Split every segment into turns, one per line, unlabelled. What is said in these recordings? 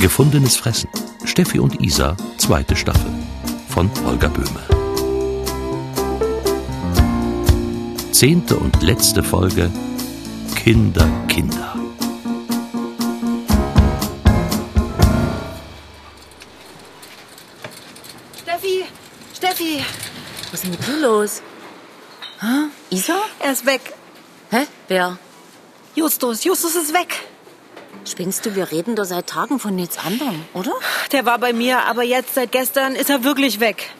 Gefundenes Fressen. Steffi und Isa, zweite Staffel. Von Holger Böhme. Zehnte und letzte Folge. Kinder, Kinder.
Steffi! Steffi!
Was ist denn mit dir los? Hä? Isa?
Er ist weg.
Hä? Wer?
Justus. Justus ist weg.
Spinnst du? Wir reden doch seit Tagen von nichts anderem, oder?
Der war bei mir, aber jetzt, seit gestern, ist er wirklich weg.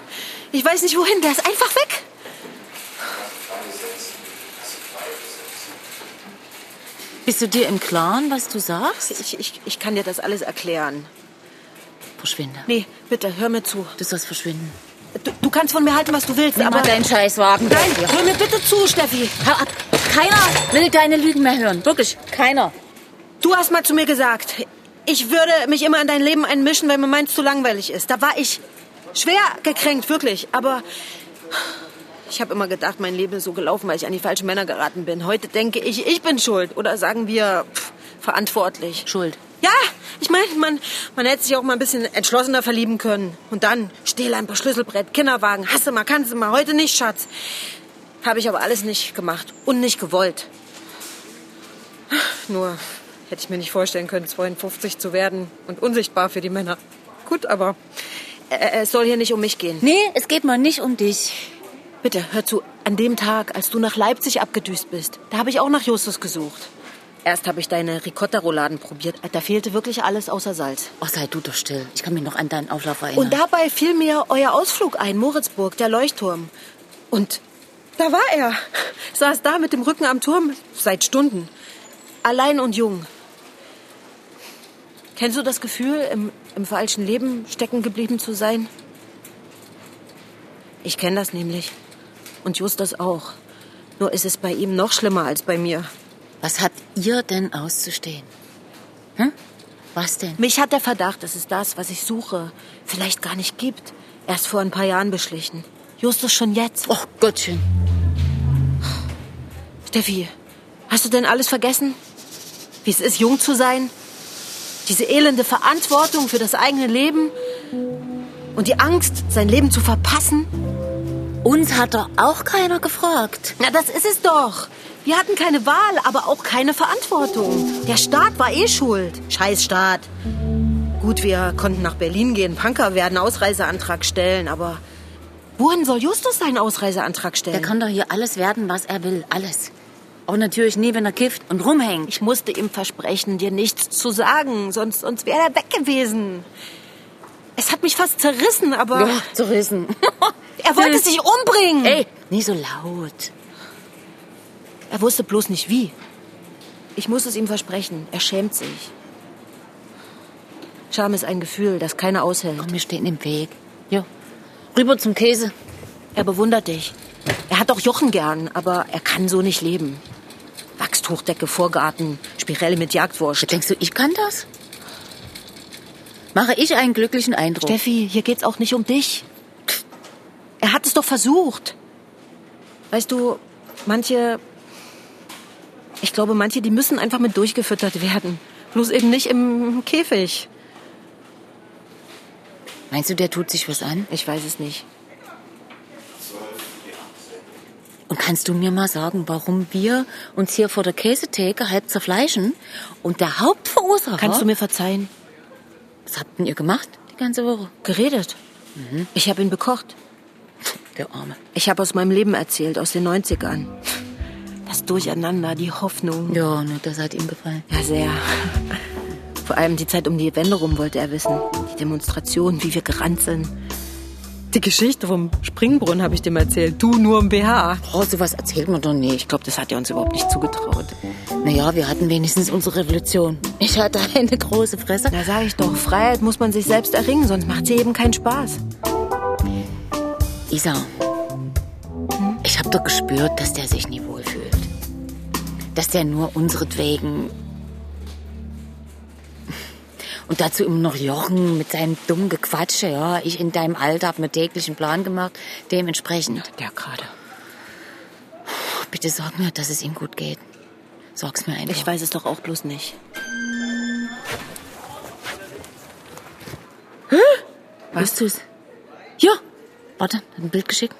Ich weiß nicht wohin. Der ist einfach weg.
Bist du dir im Klaren, was du sagst?
Ich, ich, ich kann dir das alles erklären.
Verschwinde.
Nee, bitte, hör mir zu.
Du sollst verschwinden.
Du, du kannst von mir halten, was du willst,
Nimm
aber...
mal deinen Scheißwagen.
Nein, hör mir bitte zu, Steffi.
Hör ab. Keiner will deine Lügen mehr hören. Wirklich, keiner.
Du hast mal zu mir gesagt, ich würde mich immer in dein Leben einmischen, wenn mir meins zu langweilig ist. Da war ich schwer gekränkt, wirklich. Aber ich habe immer gedacht, mein Leben ist so gelaufen, weil ich an die falschen Männer geraten bin. Heute denke ich, ich bin schuld. Oder sagen wir, pff, verantwortlich.
Schuld.
Ja, ich meine, man, man hätte sich auch mal ein bisschen entschlossener verlieben können. Und dann Stehlampe, Schlüsselbrett, Kinderwagen, hasse mal, kannst du mal, heute nicht, Schatz. Habe ich aber alles nicht gemacht und nicht gewollt. Nur hätte ich mir nicht vorstellen können, 52 zu werden und unsichtbar für die Männer. Gut, aber äh, es soll hier nicht um mich gehen.
Nee, es geht mal nicht um dich.
Bitte, hör zu, an dem Tag, als du nach Leipzig abgedüst bist, da habe ich auch nach Justus gesucht. Erst habe ich deine Ricotta-Rouladen probiert. Da fehlte wirklich alles außer Salz.
Oh, sei du doch still. Ich kann mich noch an deinen Auflauf erinnern.
Und dabei fiel mir euer Ausflug ein, Moritzburg, der Leuchtturm. Und da war er. Saß da mit dem Rücken am Turm seit Stunden. Allein und jung. Kennst du das Gefühl, im, im falschen Leben stecken geblieben zu sein? Ich kenne das nämlich. Und Justus auch. Nur ist es bei ihm noch schlimmer als bei mir.
Was habt ihr denn auszustehen? Hm? Was denn?
Mich hat der Verdacht, dass es das, was ich suche, vielleicht gar nicht gibt. Erst vor ein paar Jahren beschlichen. Justus schon jetzt.
Oh Gottchen.
Steffi, hast du denn alles vergessen? Wie es ist, jung zu sein? Diese elende Verantwortung für das eigene Leben? Und die Angst, sein Leben zu verpassen?
Uns hat doch auch keiner gefragt.
Na, das ist es doch. Wir hatten keine Wahl, aber auch keine Verantwortung. Der Staat war eh schuld. Scheiß Staat. Gut, wir konnten nach Berlin gehen, Punker werden, Ausreiseantrag stellen, aber wohin soll Justus seinen Ausreiseantrag
Er
stellen?
kann doch hier alles werden, was er will. Alles. Auch natürlich nie, wenn er kifft und rumhängt.
Ich musste ihm versprechen, dir nichts zu sagen, sonst, sonst wäre er weg gewesen. Es hat mich fast zerrissen, aber
Ja, zerrissen.
er wollte sich umbringen.
Ey, nie so laut.
Er wusste bloß nicht wie. Ich muss es ihm versprechen. Er schämt sich. Scham ist ein Gefühl, das keiner aushält.
Komm, wir stehen im Weg. Ja. Rüber zum Käse.
Er bewundert dich. Er hat auch Jochen gern, aber er kann so nicht leben. Wachstuchdecke, Vorgarten, Spirelle mit Jagdwurst.
Denkst du, ich kann das? Mache ich einen glücklichen Eindruck?
Steffi, hier geht's auch nicht um dich. Er hat es doch versucht. Weißt du, manche. Ich glaube, manche, die müssen einfach mit durchgefüttert werden. Bloß eben nicht im Käfig.
Meinst du, der tut sich was an?
Ich weiß es nicht.
Und kannst du mir mal sagen, warum wir uns hier vor der Käsetheke halb zerfleischen und der Hauptverursacher...
Kannst du mir verzeihen?
Was habt denn ihr gemacht die ganze Woche?
Geredet. Ich habe ihn bekocht.
Der Arme.
Ich habe aus meinem Leben erzählt, aus den 90ern. Das Durcheinander, die Hoffnung.
Ja, nur das hat ihm gefallen.
Ja, sehr. Vor allem die Zeit um die Wände rum wollte er wissen. Die Demonstrationen, wie wir gerannt sind. Die Geschichte vom Springbrunnen habe ich dem erzählt. Du nur im BH.
Oh, sowas erzählt man doch nicht.
Ich glaube, das hat er uns überhaupt nicht zugetraut.
Naja, wir hatten wenigstens unsere Revolution. Ich hatte eine große Fresse.
Da sage ich doch, Freiheit muss man sich selbst erringen, sonst macht sie eben keinen Spaß.
Isa, ich habe doch gespürt, dass der sich nie wohlfühlt. Dass der nur unseretwegen... Und dazu immer noch Jochen mit seinem dummen Gequatsche, ja. Ich in deinem Alter habe mir täglichen Plan gemacht, dementsprechend.
Ja, gerade.
Oh, bitte sag mir, dass es ihm gut geht. Sag's mir einfach.
Ich weiß es doch auch bloß nicht.
Hast du es? Ja. Warte, hat ein Bild geschickt.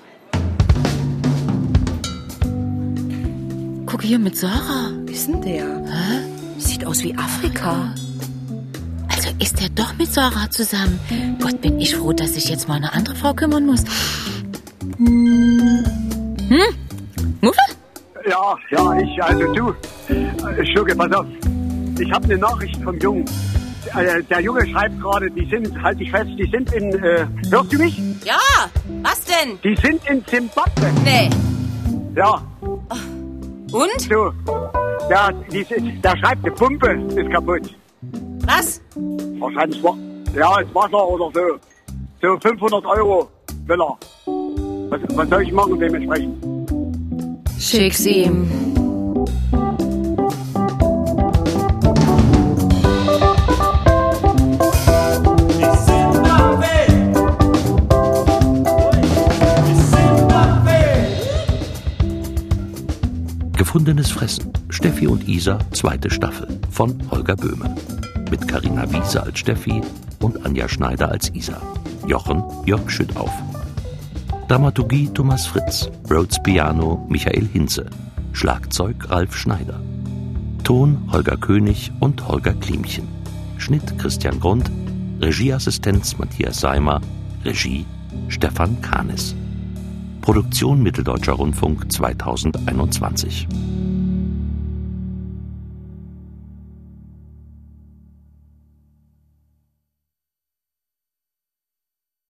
Guck hier mit Sarah.
Ist denn der? Sieht aus wie Afrika.
Also ist er doch mit Sarah zusammen. Gott, bin ich froh, dass ich jetzt mal eine andere Frau kümmern muss. Hm? Muffe?
Ja, ja, ich, also du, äh, Schurke, pass auf. Ich habe eine Nachricht vom Jungen. Äh, Der Junge schreibt gerade, die sind, halt dich fest, die sind in, äh, hörst du mich?
Ja, was denn?
Die sind in Zimbabwe.
Nee.
Ja,
Und?
du. Ja, die sind, da schreibt, eine Pumpe ist kaputt.
Was?
Wahrscheinlich, wa- ja, ist Wasser oder so. So 500 Euro will er. Was, was soll ich machen dementsprechend?
Schick's ihm.
Gefundenes Fressen. Steffi und Isa, zweite Staffel von Holger Böhme. Mit Karina Wiese als Steffi und Anja Schneider als Isa. Jochen Jörg Schüttauf. Dramaturgie Thomas Fritz. Rhodes Piano Michael Hinze. Schlagzeug Ralf Schneider. Ton Holger König und Holger Klimchen. Schnitt Christian Grund. Regieassistenz Matthias Seimer. Regie Stefan Kahnes. Produktion Mitteldeutscher Rundfunk 2021.